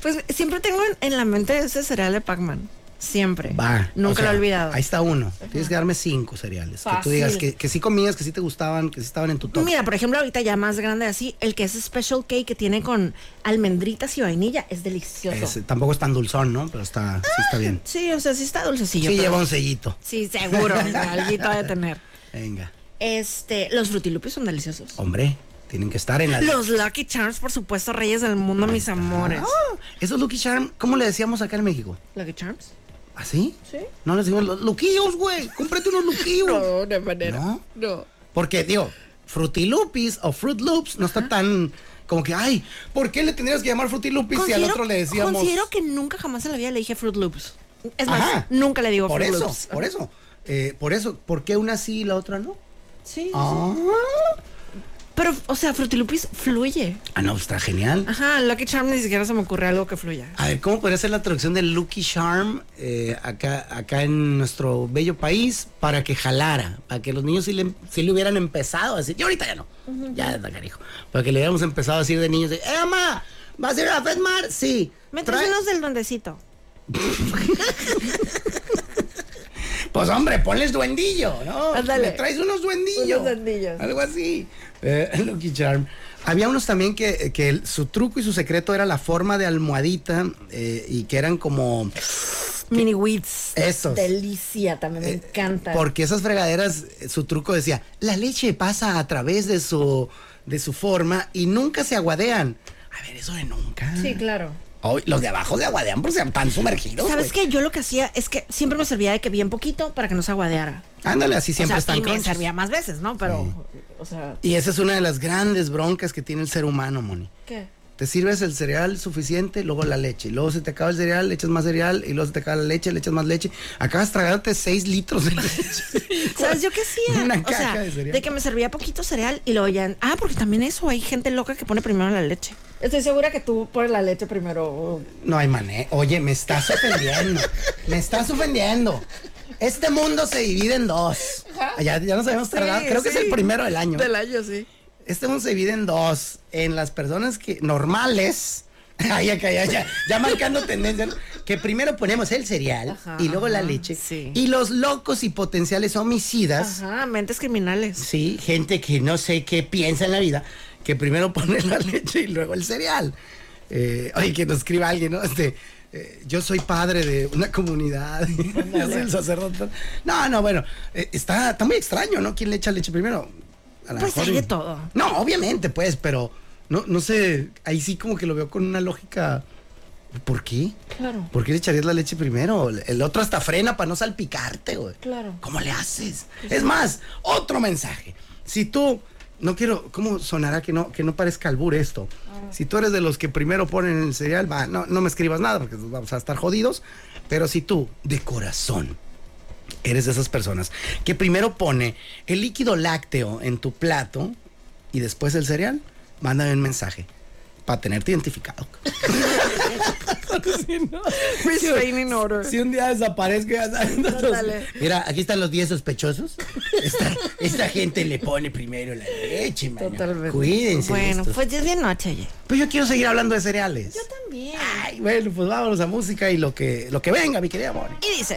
Pues siempre tengo en, en la mente ese cereal de Pac-Man. Siempre.
Va.
Nunca
o sea,
lo he olvidado.
Ahí está uno. Tienes que darme cinco cereales. Que tú
Fácil.
digas que, que sí comías, que sí te gustaban, que sí estaban en tu top.
Mira, por ejemplo, ahorita ya más grande así, el que es special cake que tiene con almendritas y vainilla es delicioso.
Ese tampoco es tan dulzón, ¿no? Pero está, sí está bien.
Sí, o sea, sí está dulcecillo.
Sí,
pero-
lleva un sellito.
Sí, seguro. o sea, Algo de tener.
Venga.
Este, los frutilupis son deliciosos.
Hombre, tienen que estar en la.
Los Lucky Charms, por supuesto, reyes del mundo, mis amores.
Ah, esos Lucky Charm, ¿cómo le decíamos acá en México?
Lucky Charms.
¿Así?
Sí.
No les decimos los luquillos, güey. Cómprate unos luquillos.
de manera.
¿No? Porque, digo, Frutilupis o Fruit Loops no está tan. Como que, ay, ¿por qué le tendrías que llamar Frutilupis si al otro le decíamos.
Considero que nunca jamás en la vida le dije Fruit Loops. Es más,
Ajá.
nunca le digo
Por
Fruit
eso,
Loops.
por eso. Eh, por eso, ¿por qué una sí y la otra no?
Sí.
Ah,
Pero, o sea, Frutilupis fluye.
Ah, no, está genial.
Ajá, Lucky Charm ni siquiera se me ocurre algo que fluya.
A ver, ¿cómo podría ser la traducción del Lucky Charm eh, acá, acá en nuestro bello país para que jalara? Para que los niños sí le, sí le hubieran empezado a decir, yo ahorita ya no, ya está canijo. Para que le hubiéramos empezado a decir de niños, de, ¡eh, mamá! ¿Vas a ir a Fedmar? Sí.
Me
Trae-
traes unos del duendecito.
Pues hombre, ponles duendillo, ¿no?
Ándale.
Me traes unos duendillos.
Unos duendillos.
Algo así. Eh, Lucky Charm. Había unos también que, que el- su truco y su secreto era la forma de almohadita eh, y que eran como...
Mini Wheats.
Esos. Eh,
Delicia, también me encanta.
Porque esas fregaderas, eh, su truco decía, la leche pasa a través de su, de su forma y nunca se aguadean. A ver, eso de nunca.
Sí, claro.
Ay, los de abajo se aguadean porque sean tan sumergidos.
¿Sabes
güey.
qué? Yo lo que hacía es que siempre me servía de que bien poquito para que no se aguadeara.
Ándale, así siempre
o sea,
están
y me
crunchies.
servía más veces, ¿no? Pero, o sea...
Y esa es una de las grandes broncas que tiene el ser humano, Moni.
¿Qué?
Te sirves el cereal suficiente, luego la leche. Y luego se te acaba el cereal, le echas más cereal. Y luego se te acaba la leche, le echas más leche. Acabas tragándote 6 litros de leche.
¿Sabes yo qué hacía?
Una
o sea,
caja de cereal.
que me servía poquito cereal y luego ya... Ah, porque también eso, hay gente loca que pone primero la leche. Estoy segura que tú pones la leche primero.
No hay mané. Oye, me estás ofendiendo. me estás ofendiendo. Este mundo se divide en dos. Ya, ya nos habíamos tardado. Creo que es el primero del año.
Del año, sí.
Este mundo se divide en dos. En las personas que normales. Ay, acá, ya, ya, ya marcando tendencia. ¿no? Que primero ponemos el cereal
Ajá,
y luego la
ajá,
leche.
sí.
Y los locos y potenciales homicidas.
Ajá, mentes criminales.
Sí, gente que no sé qué piensa en la vida, que primero pone la leche y luego el cereal. Eh, oye, que nos escriba alguien, ¿no? Este, eh, yo soy padre de una comunidad, yo soy el sacerdote. No, no, bueno, eh, está, está muy extraño, ¿no? ¿Quién le echa leche primero? A lo
Pues
mejor-
hay de todo.
No, obviamente, pues, pero no, no sé, ahí sí como que lo veo con una lógica. ¿Por qué?
Claro.
¿Por qué le echarías la leche primero? El otro hasta frena para no salpicarte, güey.
Claro.
¿Cómo le haces? Es más, otro mensaje. Si tú, no quiero, ¿cómo sonará que no, que no parezca albur esto? Si tú eres de los que primero ponen el cereal, va, no, no me escribas nada porque nos vamos a estar jodidos. Pero si tú, de corazón, eres de esas personas que primero pone el líquido lácteo en tu plato y después el cereal, mándame un mensaje para tenerte identificado. Si no-
Restraining order.
si un día desaparezco, ya sabes. entonces-
Ándale.
mira, aquí están los 10 sospechosos. Esta, esta gente le pone primero la leche, man.
Totalmente.
Cuídense. de
Bueno,
estos.
pues ya es de noche, oye.
Pues yo quiero seguir hablando de cereales.
También.
Ay, bueno, pues vámonos a música y lo que, lo que venga, mi querida amor.
Y dice,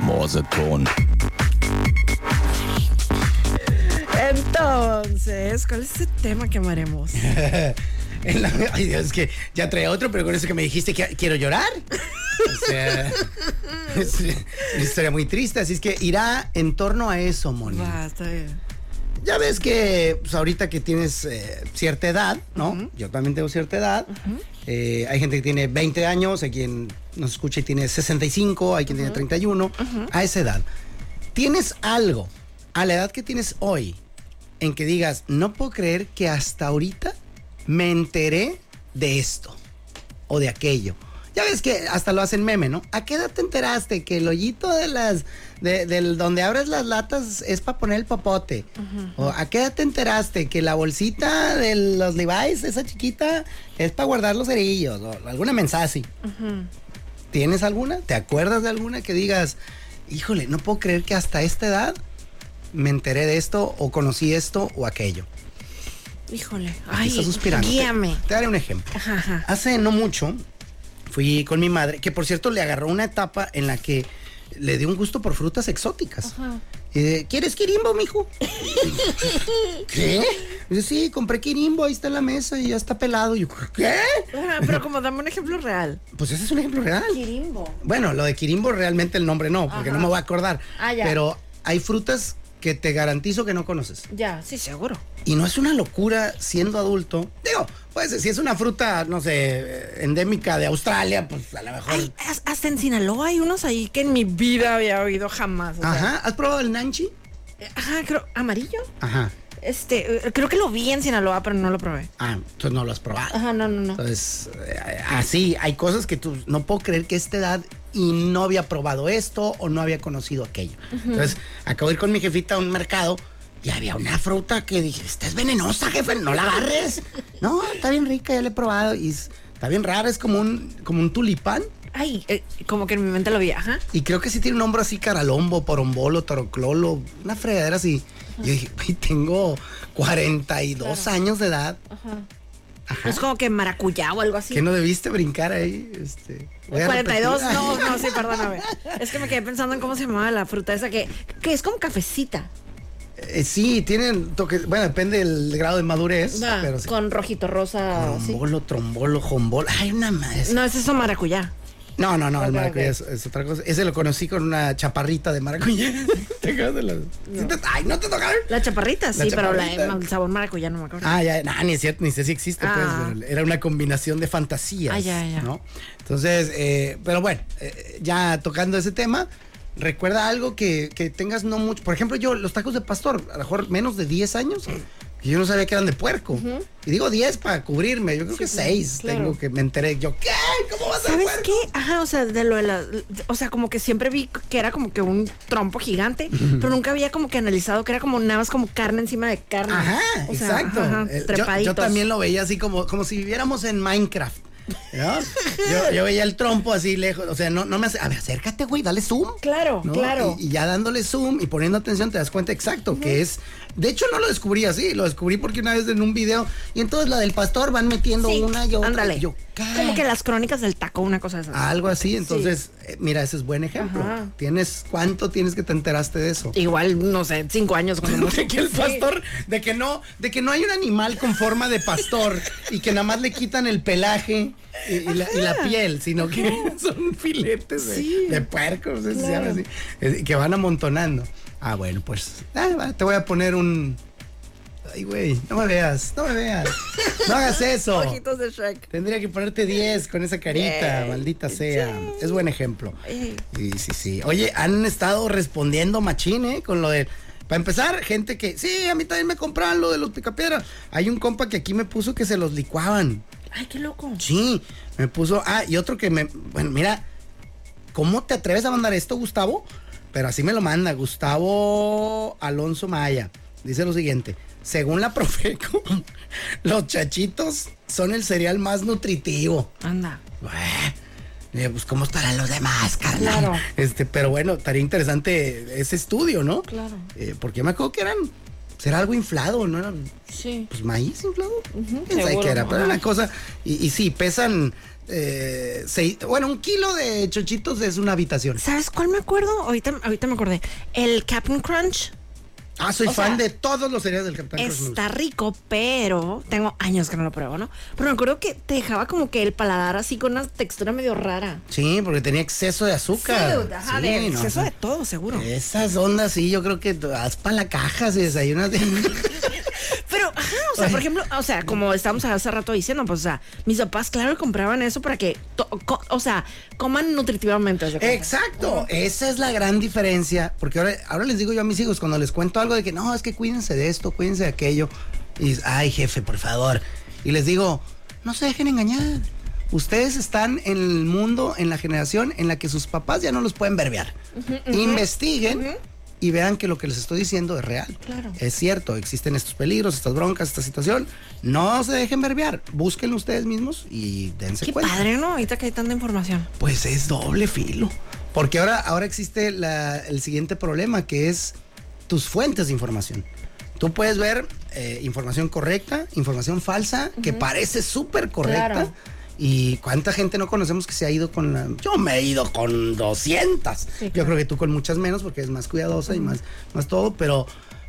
Morseton.
entonces, ¿cuál es el tema que amaremos?
En la- ay, Dios, es que ya traía otro, pero con eso que me dijiste que quiero llorar. O sea, es una historia muy triste. Así es que irá en torno a eso, Moni.
Va, está bien.
Ya ves que pues, ahorita que tienes eh, cierta edad, ¿no? Yo también tengo cierta edad. Eh, hay gente que tiene 20 años, hay quien nos escucha y tiene 65, hay quien tiene 31. A esa edad, ¿tienes algo a la edad que tienes hoy en que digas, no puedo creer que hasta ahorita me enteré de esto o de aquello? Ya ves que hasta lo hacen meme, ¿no? ¿A qué edad te enteraste que el hoyito de las. de- del donde abres las latas es para poner el popote? ¿O a qué edad te enteraste que la bolsita de los Levi's, esa chiquita, es para guardar los cerillos? O alguna mensaje así. ¿Tienes alguna? ¿Te acuerdas de alguna que digas, híjole, no puedo creer que hasta esta edad me enteré de esto o conocí esto o aquello?
Híjole.
Aquí
Ay,
está suspirando. Te-
guíame.
Te, daré un ejemplo.
Ajá, ajá.
Hace no mucho fui con mi madre, que por cierto le agarró una etapa en la que le dio un gusto por frutas exóticas. Y de, ¿Quieres quirimbo, mijo? ¿Qué? Y yo, sí, compré quirimbo, ahí está en la mesa y ya está pelado. Y yo, ¿qué?
Ajá, pero como dame un ejemplo real.
Pues ese es un ejemplo real.
Quirimbo.
Bueno, lo de Quirimbo realmente el nombre no, porque
Ajá.
no me voy a acordar.
Ah, ya.
Pero hay frutas que te garantizo que no conoces.
Ya, sí, seguro.
Y no es una locura siendo adulto. Digo, pues si es una fruta, no sé, eh, endémica de Australia, pues a lo mejor.
Ay, has- hasta en Sinaloa hay unos ahí que en mi vida había oído jamás. o sea. Eh,
Ajá, ¿has probado el nanchi?
Ajá, creo. ¿Amarillo?
Ajá.
Este, eh, creo que lo vi en Sinaloa, pero no lo probé.
Ah, tú no lo has probado.
Ajá, no, no, no.
Entonces, eh, así, hay cosas que tú no puedo creer que a esta edad y no había probado esto o no había conocido aquello. Entonces, acabo de ir con mi jefita a un mercado y había una fruta que dije, esta es venenosa, jefe, no la agarres. no, está bien rica, ya la he probado y es- está bien rara, es como un, como un tulipán.
Ay, eh, como que en mi mente lo vi, ajá.
Y creo que sí tiene un nombre así, caralombo, porombolo, toroclolo, una fregadera así. Yo dije, "Güey, tengo 42 años de edad.
Es como que maracuyá o algo así.
que no debiste brincar ahí? Este, voy a
42,
repetir.
no, no, sí, perdóname. Es que me quedé pensando en cómo se llamaba la fruta esa que, que es como cafecita.
Eh, sí, tienen toques. Bueno, depende del grado de madurez.
Ah,
pero sí.
Con rojito rosa. sí.
Trombolo, trombolo, jombolo. Ay, una madre.
No, es eso maracuyá.
No, no, no, el
Ok,
maracuyá
ok.
es, es otra cosa. Ese lo conocí con una chaparrita de maracuyá. ¿Te acuerdas de las- ¿Sí te- Ay, no te tocaron.
La chaparrita,
La
sí, pero la-
chaparrita.
el sabor maracuyá no me acuerdo.
Ah, ya, nah, ni, es cierto, ni sé si existe, pues,
Ah.
pero era una combinación de fantasías,
Ah, ya, ya.
¿no? Entonces, eh, pero bueno, eh, ya tocando ese tema, Recuerda algo que, que tengas no mucho. Por ejemplo, yo, los tacos de pastor, a lo mejor menos de 10 años, que yo no sabía que eran de puerco. Y digo 10 para cubrirme. Yo creo que 6
claro.
tengo que me enteré. Yo, ¿qué? ¿Cómo vas a ser
¿Sabes
puerco?
qué? Ajá, o sea, de lo de la. O sea, como que siempre vi que era como que un trompo gigante, pero nunca había como que analizado que era como nada más como carne encima de carne.
Ajá,
O sea,
exacto.
ajá,
Eh, yo- yo,
trepaditos.
también lo veía así como, como si viviéramos en Minecraft. ¿no? Yo, yo veía el trompo así lejos. O sea, no, no me hace. A ver, acércate, güey, dale zoom.
Claro,
¿no?
claro.
Y, y ya dándole zoom y poniendo atención te das cuenta exacto que es. De hecho, no lo descubrí así, lo descubrí porque una vez en un video. Y entonces la del pastor van metiendo
Sí,
una y otra.
ándale.
y yo, ¿qué?
como que las crónicas del taco, una cosa de esas.
Algo así. Entonces, eh, mira, ese es buen ejemplo.
Ajá.
Tienes, ¿cuánto tienes que te enteraste de eso?
Igual, no sé, cinco años cuando mucho.
de que el pastor, de que no, de que no hay un animal con forma de pastor y que nada más le quitan el pelaje y, y la, y la piel, sino que son filetes de, de puercos, se llama así, eh, que van amontonando. Ah, bueno, pues ah, va, te voy a poner un. Ay, güey, no me veas, no me veas. No hagas eso.
Ojitos de Shrek.
Tendría que ponerte 10 con esa carita,
Ey,
maldita sea. Es buen ejemplo.
Ey.
Sí, sí, sí. Oye, han estado respondiendo machín, ¿eh? Con lo de... Para empezar, gente que... Sí, a mí también me compraban lo de los picapiedras. Hay un compa que aquí me puso que se los licuaban.
Ay, qué loco.
Sí, me puso... Ah, y otro que me... Bueno, mira, ¿cómo te atreves a mandar esto, Gustavo? Pero así me lo manda Gustavo Alonso Maya. Dice lo siguiente. Según la Profeco, los chachitos son el cereal más nutritivo.
Anda.
Bueno, eh, pues cómo estarán los demás, carnal.
Claro.
Este, pero bueno, estaría interesante ese estudio, ¿no?
Claro.
Eh, porque yo me acuerdo que eran. Será algo inflado, ¿no? Eran,
Sí.
pues maíz inflado. Quién sabe
seguro.
qué era, pero era
Ajá.
una cosa. Y, y sí, pesan. eh, seis- bueno, un kilo de chochitos es una habitación.
¿Sabes cuál me acuerdo? Ahorita, ahorita me acordé. El Captain Crunch
Ah, soy
O
fan
sea,
de todos los cereales del Capitán Crunch. me gusta.
está rico, pero tengo años que no lo pruebo, ¿no? Pero me acuerdo que te dejaba como que el paladar así con una textura medio rara.
Sí, porque tenía exceso de azúcar.
Sí, ajá,
Sí,
de
no,
exceso
ajá.
de todo, seguro.
Esas ondas, sí, yo creo que vas para la caja si desayunas.
Pero, ajá, o sea, por ejemplo, o sea, como estábamos hace rato diciendo, pues, o sea, mis papás, claro, compraban eso para que, to- co- o sea, coman nutritivamente. haz de cuenta.
Exacto, esa es la gran diferencia, porque ahora, ahora les digo yo a mis hijos, cuando les cuento algo de que no, es que cuídense de esto, cuídense de aquello, y dices, ay jefe, por favor, y les digo, no se dejen engañar, ustedes están en el mundo, en la generación en la que sus papás ya no los pueden verbear, investiguen. Y vean que lo que les estoy diciendo es real.
Claro.
Es cierto, existen estos peligros, estas broncas, esta situación. No se dejen verbear. Búsquenlo ustedes mismos y dense
Qué
cuenta.
padre, ¿no? Ahorita que hay tanta información.
Pues es doble filo. Porque ahora, ahora existe la- el siguiente problema, que es tus fuentes de información. Tú puedes ver eh, información correcta, información falsa, que parece súper correcta.
Claro.
Y cuánta gente no conocemos que se ha ido con la... Yo me he ido con 200. Yo creo que tú con muchas menos porque es más cuidadosa y más, más todo, pero,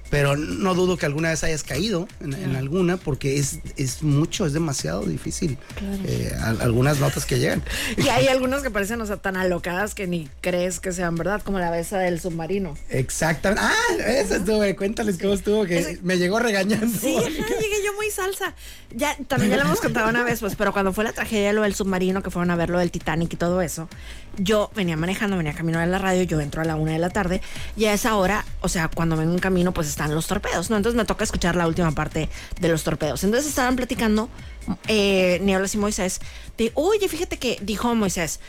pero no dudo que alguna vez hayas caído en, en alguna porque es, es mucho, es demasiado difícil. eh, al- algunas notas que llegan.
Y hay algunas que parecen, o sea, tan alocadas que ni crees que sean verdad, como la besa del submarino.
Exactamente. Ah, eso estuvo, güey. Cuéntales cómo estuvo, que
Ese-
me llegó regañando.
Sí, ajá, llegué yo muy salsa. Ya, también ya lo hemos contado una vez, pues, pero cuando fue la tragedia, lo del submarino, que fueron a ver lo del Titanic y todo eso, yo venía manejando, venía camino de la radio, yo entro a la una de la tarde, y a esa hora, o sea, cuando vengo en camino, pues están los torpedos, ¿no? Entonces me toca escuchar la última parte de los torpedos. Entonces estaban platicando eh, Nieblas y Moisés, de, oye, fíjate que dijo Moisés,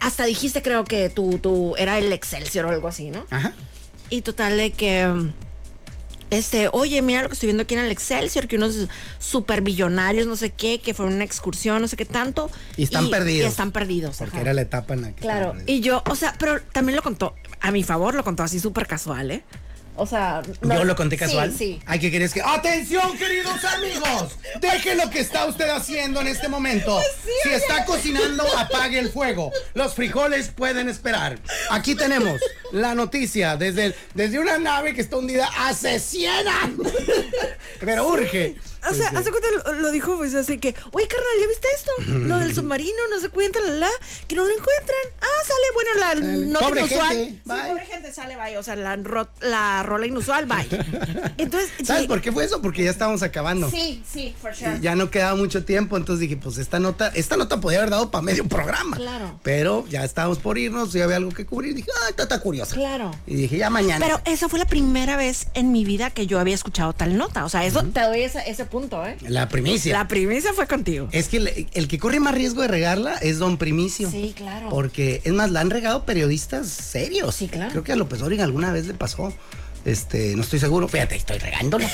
hasta dijiste, creo que tú, tú, era el Excelsior o algo así, ¿no?
Ajá.
Y total de que mm, este, oye, mira lo que estoy viendo aquí en el Excelsior, que unos superbillonarios, no sé qué, que fueron a una excursión, no sé qué tanto.
Y están perdidos.
Y están perdidos.
Porque
ajá.
era la etapa en la que.
Claro.
estaba-
Y yo, o sea, pero también lo contó, a mi favor, lo contó así súper casual, ¿eh? O sea, no-
Yo lo conté
sí,
casual.
Sí,
Ay, ¿qué querías que.? ¡Atención, queridos amigos! Deje lo que está usted haciendo en este momento. si está cocinando, apague el fuego. Los frijoles pueden esperar. Aquí tenemos la noticia desde, el- desde una nave que está hundida hace 100 años. Pero urge
O sea, hace cuenta lo, lo dijo, pues así que, oye, carnal, ¿ya viste esto? Lo del submarino, no se cuentan, la, la, que no lo encuentran. Ah, sale, bueno, la nota
Pobre
inusual.
gente,
Sí,
bye.
pobre gente sale, bye. O sea, la, ro- la rola inusual, bye. Entonces,
¿Sabes
sí,
por qué fue eso? Porque ya estábamos acabando.
Sí, sí, for sure.
Y Ya no quedaba mucho tiempo, entonces dije, pues esta nota, esta nota podía haber dado para medio programa.
Claro.
Pero ya estábamos por irnos, ya había algo que cubrir. Dije, ah, está curiosa.
Claro.
Y dije, ya mañana.
Pero esa fue la primera vez en mi vida que yo había escuchado tal nota. O sea, eso te doy ese, ese punto, ¿eh?
la primicia.
La primicia fue contigo.
Es que el, el que corre más riesgo de regarla es Don Primicio.
Sí, claro.
Porque, es más, la han regado periodistas serios.
Sí, claro.
Creo que a López Origa alguna vez le pasó. Este, no estoy seguro. Fíjate, estoy regándola.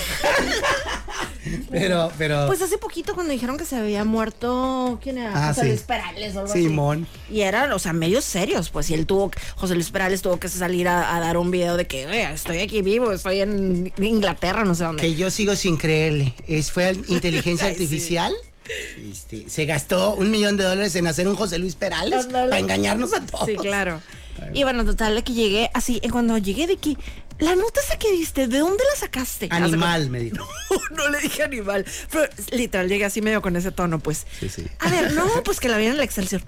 pero, pero.
Pues hace poquito cuando dijeron que se había muerto, ¿quién era?
Ah,
José
sí.
Luis Perales o algo
Simón.
así. Y eran, o sea, medios serios, pues, y él tuvo, José Luis Perales tuvo que salir a, a dar un video de que, "Oye, estoy aquí vivo, estoy en Inglaterra, no sé dónde.
que yo sigo sin creerle. Es, fue al- inteligencia artificial. Este, se gastó un millón de dólares en hacer un José Luis Perales
Ándale.
para engañarnos a todos.
Sí, claro. Y bueno, total, de que llegué así, y cuando llegué de que, la nota esa que diste, ¿de dónde la sacaste?
Animal, me dijo.
no le dije animal. Pero literal, llegué así medio con ese tono, pues.
Sí, sí.
A ver, no, pues que la vieron en el Excelsior.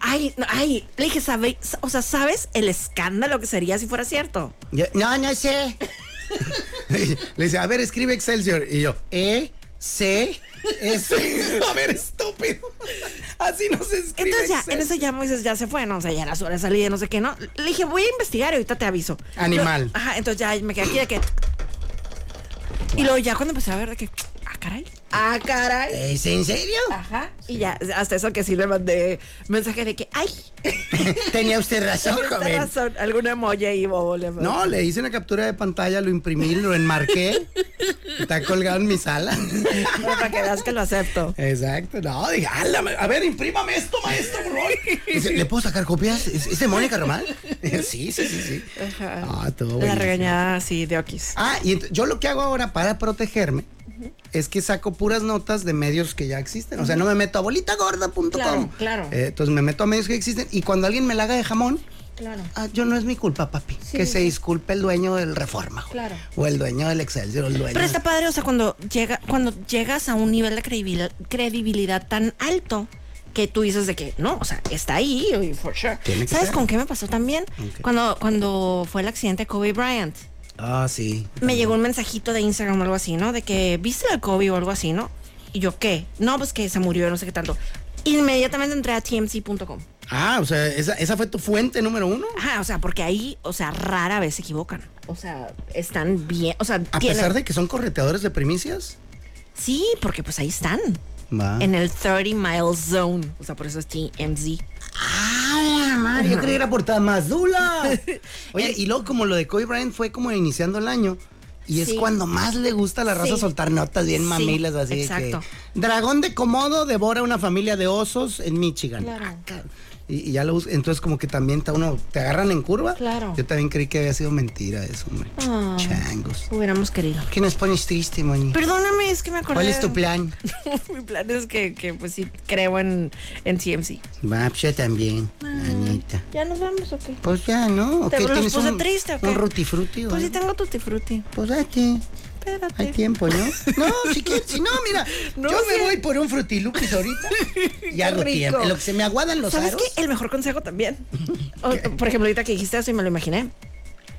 Ay, no, ay, le dije, ¿sabe, o sea, ¿sabes el escándalo que sería si fuera cierto?
Yo, no, no sé. Le dice, a ver, escribe Excelsior. Y yo, E, C, S. A ver, estúpido. Así no se escribe.
Entonces ya, en eso
Excelsior.
ya Moisés ya se fue, no, o sea, ya era su hora de salida, no sé qué, ¿no? Le dije, voy a investigar y ahorita te aviso.
Animal.
Lo- ajá, entonces ya me quedé aquí de que... Y luego ya cuando empecé a ver de que... Ah, caray. Ah, caray.
¿Es en serio?
Ajá. Y ya, hasta eso que sí le mandé mensaje de que, ay,
Tenía usted razón,
Tienes
joven.
razón, alguna molla ahí, bobo, le mandé.
No, le hice una captura de pantalla, lo imprimí, lo enmarqué. Está colgado en mi sala.
Para que veas que lo acepto.
Exacto, no, dije, "Ala, ma- a ver, imprímame esto, maestro, por favor". Dice, ¿Le puedo sacar copias? ¿Es, es de Mónica Román? sí, sí, sí, sí. Ah, todo
La
buenísimo.
regañada, sí, de Oquis.
Ah, y ent- yo lo que hago ahora para protegerme es que saco puras notas de medios que ya existen. O sea, no me meto a bolitagorda.com.
Claro, claro.
Eh, entonces me meto a medios que existen y cuando alguien me la haga de jamón,
Claro.
ah, yo no es mi culpa, papi. Que se disculpe el dueño del Reforma. güey.
Claro.
O el dueño del Excelsior, o el dueño.
Pero está padre, o sea, cuando, llega, cuando llegas a un nivel de credibil- credibilidad tan alto que tú dices de que no, o sea, está ahí, y for sure.
Tiene que
¿Sabes
ser.
con qué me pasó también? Cuando, cuando fue el accidente de Kobe Bryant.
Ah, sí.
me llegó un mensajito de Instagram o algo así, ¿no? De que viste al Kobe o algo así, ¿no? Y yo, ¿qué? No, pues que se murió, no sé qué tanto. Inmediatamente entré a tmc.com.
Ah, o sea, esa, esa fue tu fuente número uno.
Ajá, o sea, porque ahí, o sea, rara vez se equivocan. O sea, están bien, o sea,
A
tienen-
pesar de que son correteadores de primicias.
Sí, porque pues ahí están.
Va.
En el 30 mile zone. O sea, por eso es TMZ.
Ah, madre, yo creí que era por Tamazula. Oye, y luego como lo de Kobe Bryant fue como iniciando el año. Y es
Sí.
cuando más le gusta a la raza
Sí.
soltar notas bien
Sí,
mamilas así. de que,
exacto.
Dragón de Komodo devora una familia de osos en Michigan.
Claro.
Ah, cabrón. Y, y ya lo bus- entonces como que también te, uno, te agarran en curva.
Claro.
Yo también creí que había sido mentira eso, hombre.
Ah.
Changos.
Hubiéramos querido.
¿Qué nos pones triste, Moni?
Perdóname, es que me acordé.
¿Cuál es tu
de-
plan?
Mi plan es que, que, pues sí, creo en, en TMZ.
Va, pues yo también,
Ah.
la neta.
¿Ya nos vamos o qué?
Pues ya, ¿no? ¿O
¿Te
qué?
los
¿Tienes
puse
un,
triste o qué?
Un rutifruti.
Pues
o
sí
algo?
tengo tutti frutti.
Pues date.
Espérate.
Hay tiempo, ¿no? No, si quieres, si no, mira,
No
yo me
sé.
voy por un frutilupis ahorita y hago
rico.
tiempo. En lo que se me aguadan los
¿Sabes
aros.
qué? El mejor consejo también. O, por ejemplo, ahorita que dijiste eso y me lo imaginé.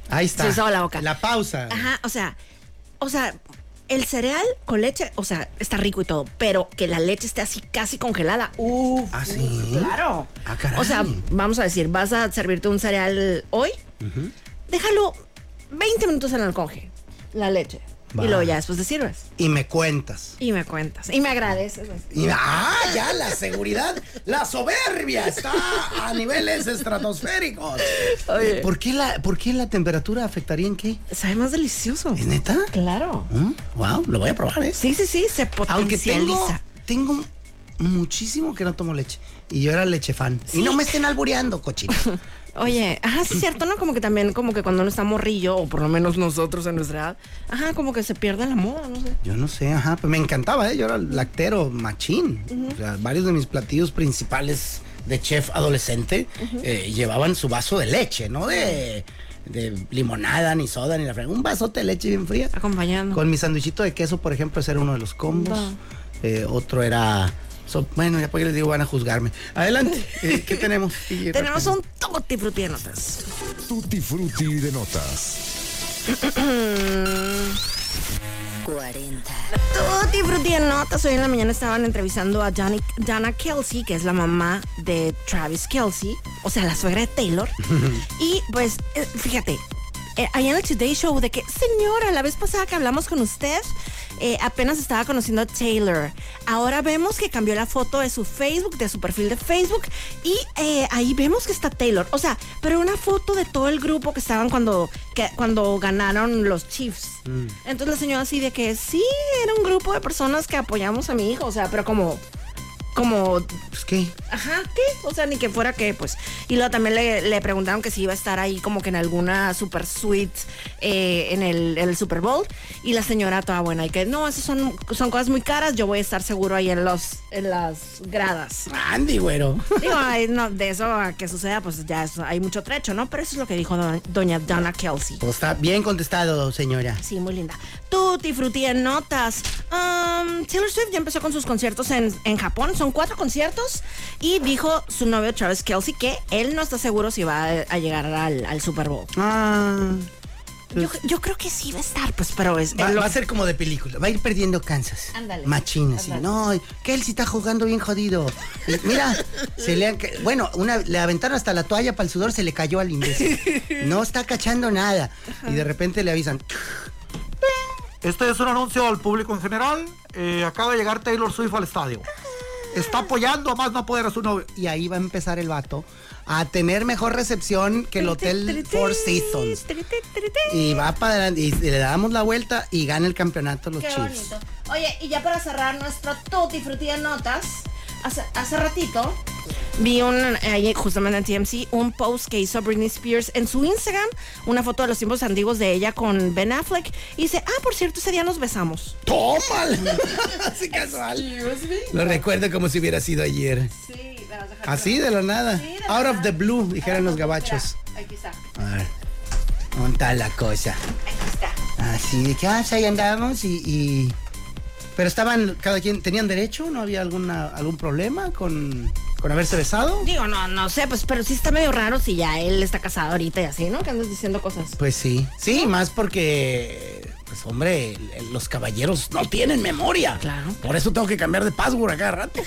Ahí está.
Se usaba la boca.
La pausa.
Ajá, o sea, o sea, el cereal con leche, o sea, está rico y todo, pero que la leche esté así casi congelada. Uf,
Ah, sí.
claro.
Ah, caray.
O sea, vamos a decir, vas a servirte un cereal hoy, déjalo 20 minutos en el conge, la leche.
Va.
Y luego ya después te sirves.
Y me cuentas.
Y me cuentas. Y me agradeces.
Y- ah, ya, la seguridad, la soberbia está a niveles estratosféricos.
Oye.
¿Por qué, la, ¿Por qué la temperatura afectaría en qué?
Sabe más delicioso.
¿Es neta?
Claro.
Mm, Wow, lo voy a probar, ¿eh?
Sí, sí, sí, se
Aunque
potencializa.
tengo, tengo muchísimo que no tomo leche. Y yo era leche fan. Y no me estén albureando, cochino.
Oye, ajá, sí es cierto, ¿no? Como que también, como que cuando uno está morrillo, o por lo menos nosotros en nuestra edad, ajá, como que se pierde la moda, no sé.
Yo no sé, ajá, pues me encantaba, ¿eh? Yo era lactero, machín. O sea, varios de mis platillos principales de chef adolescente eh, llevaban su vaso de leche, ¿no? De de limonada, ni soda, ni la fregada. Un vasote de leche bien fría.
Acompañando.
Con mi sandwichito de queso, por ejemplo, ese era uno de los combos.
Va.
Eh, otro era. so- bueno, ya porque les digo, van a juzgarme. Adelante. Eh, ¿Qué tenemos? Sí,
Tenemos un tutti frutti de notas.
Tutti frutti de notas.
40,
Tutti frutti de notas. Hoy en la mañana estaban entrevistando a Johnny- Dana Kelsey, que es la mamá de Travis Kelsey, o sea, la suegra de Taylor. y pues, eh, fíjate, eh, ahí en el Today Show de que, señora, la vez pasada que hablamos con usted, eh, apenas estaba conociendo a Taylor. Ahora vemos que cambió la foto de su Facebook, de su perfil de Facebook, y eh, ahí vemos que está Taylor. O sea, pero una foto de todo el grupo que estaban cuando, que- cuando ganaron los Chiefs. Entonces la señora así de que sí, era un grupo de personas que apoyamos a mi hijo, o sea, pero como, como,
Pues qué.
ajá, ¿qué? O sea, ni que fuera que, pues. Y luego también le, le preguntaron que si iba a estar ahí como que en alguna super suite eh, en el, el Super Bowl. Y la señora toda buena y que no, esas son, son cosas muy caras, yo voy a estar seguro ahí en, los, en las gradas.
Andy, güero.
Digo, ay, no, de eso a que suceda, pues ya es- hay mucho trecho, ¿no? Pero eso es lo que dijo do- doña Donna Kelsey.
Pues está bien contestado, señora.
Sí, muy linda. Tutti Frutti en notas. Um, Taylor Swift ya empezó con sus conciertos en, en Japón. Son cuatro conciertos. Y dijo su novio Travis Kelsey que él no está seguro si va a, a llegar al, al Super Bowl.
Ah.
Yo, yo creo que sí va a estar, pues, pero es.
Va,
él lo-
va a ser como de película. Va a ir perdiendo Kansas.
Ándale.
Machina, sí. No, Kelsey está jugando bien jodido. Y Mira, se le han ca- Bueno, una, le aventaron hasta la toalla para el sudor, se le cayó al imbécil. No está cachando nada. Y de repente le avisan.
Este es un anuncio al público en general. Eh, acaba de llegar Taylor Swift al estadio. Está apoyando a más no poder a su novio.
Y ahí va a empezar el vato a tener mejor recepción que el hotel Four Seasons. Y va para adelante. Y le damos la vuelta y gana el campeonato los
Qué
Chiefs.
bonito. Oye, y ya para cerrar nuestro Tutti Frutti de notas, hace, hace ratito vi un, ahí justamente en TMC un post que hizo Britney Spears en su Instagram, una foto de los tiempos antiguos de ella con Ben Affleck, y dice, ah, por cierto, ese día nos besamos.
¡Tómala! Así casual. Lo recuerdo como si hubiera sido ayer.
Sí,
Así de la nada.
de la
Out of the blue, dijeran los gabachos.
Aquí está,
A ver. ¿Dónde está la cosa?
aquí está.
Así de que ah, pues ahí andábamos y, y- Pero estaban, cada quien, ¿tenían derecho? ¿No había alguna, algún problema con, con haberse besado?
Digo, no, no sé, pues, pero sí está medio raro si ya él está casado ahorita y así, ¿no? Que andas diciendo cosas.
Pues sí. Sí, más porque. Pues hombre, el- el- los caballeros no tienen memoria.
Claro.
Por eso tengo que cambiar de password a cada rato.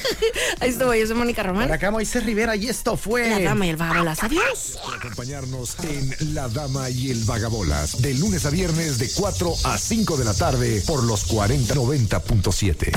Ahí estuvo, yo soy Mónica
Por
Román.
acá Moisés Rivera y esto fue.
La dama y el vagabolas. Adiós.
Por acompañarnos en La Dama y el Vagabolas. De lunes a viernes de 4 a 5 de la tarde por los 4090.7.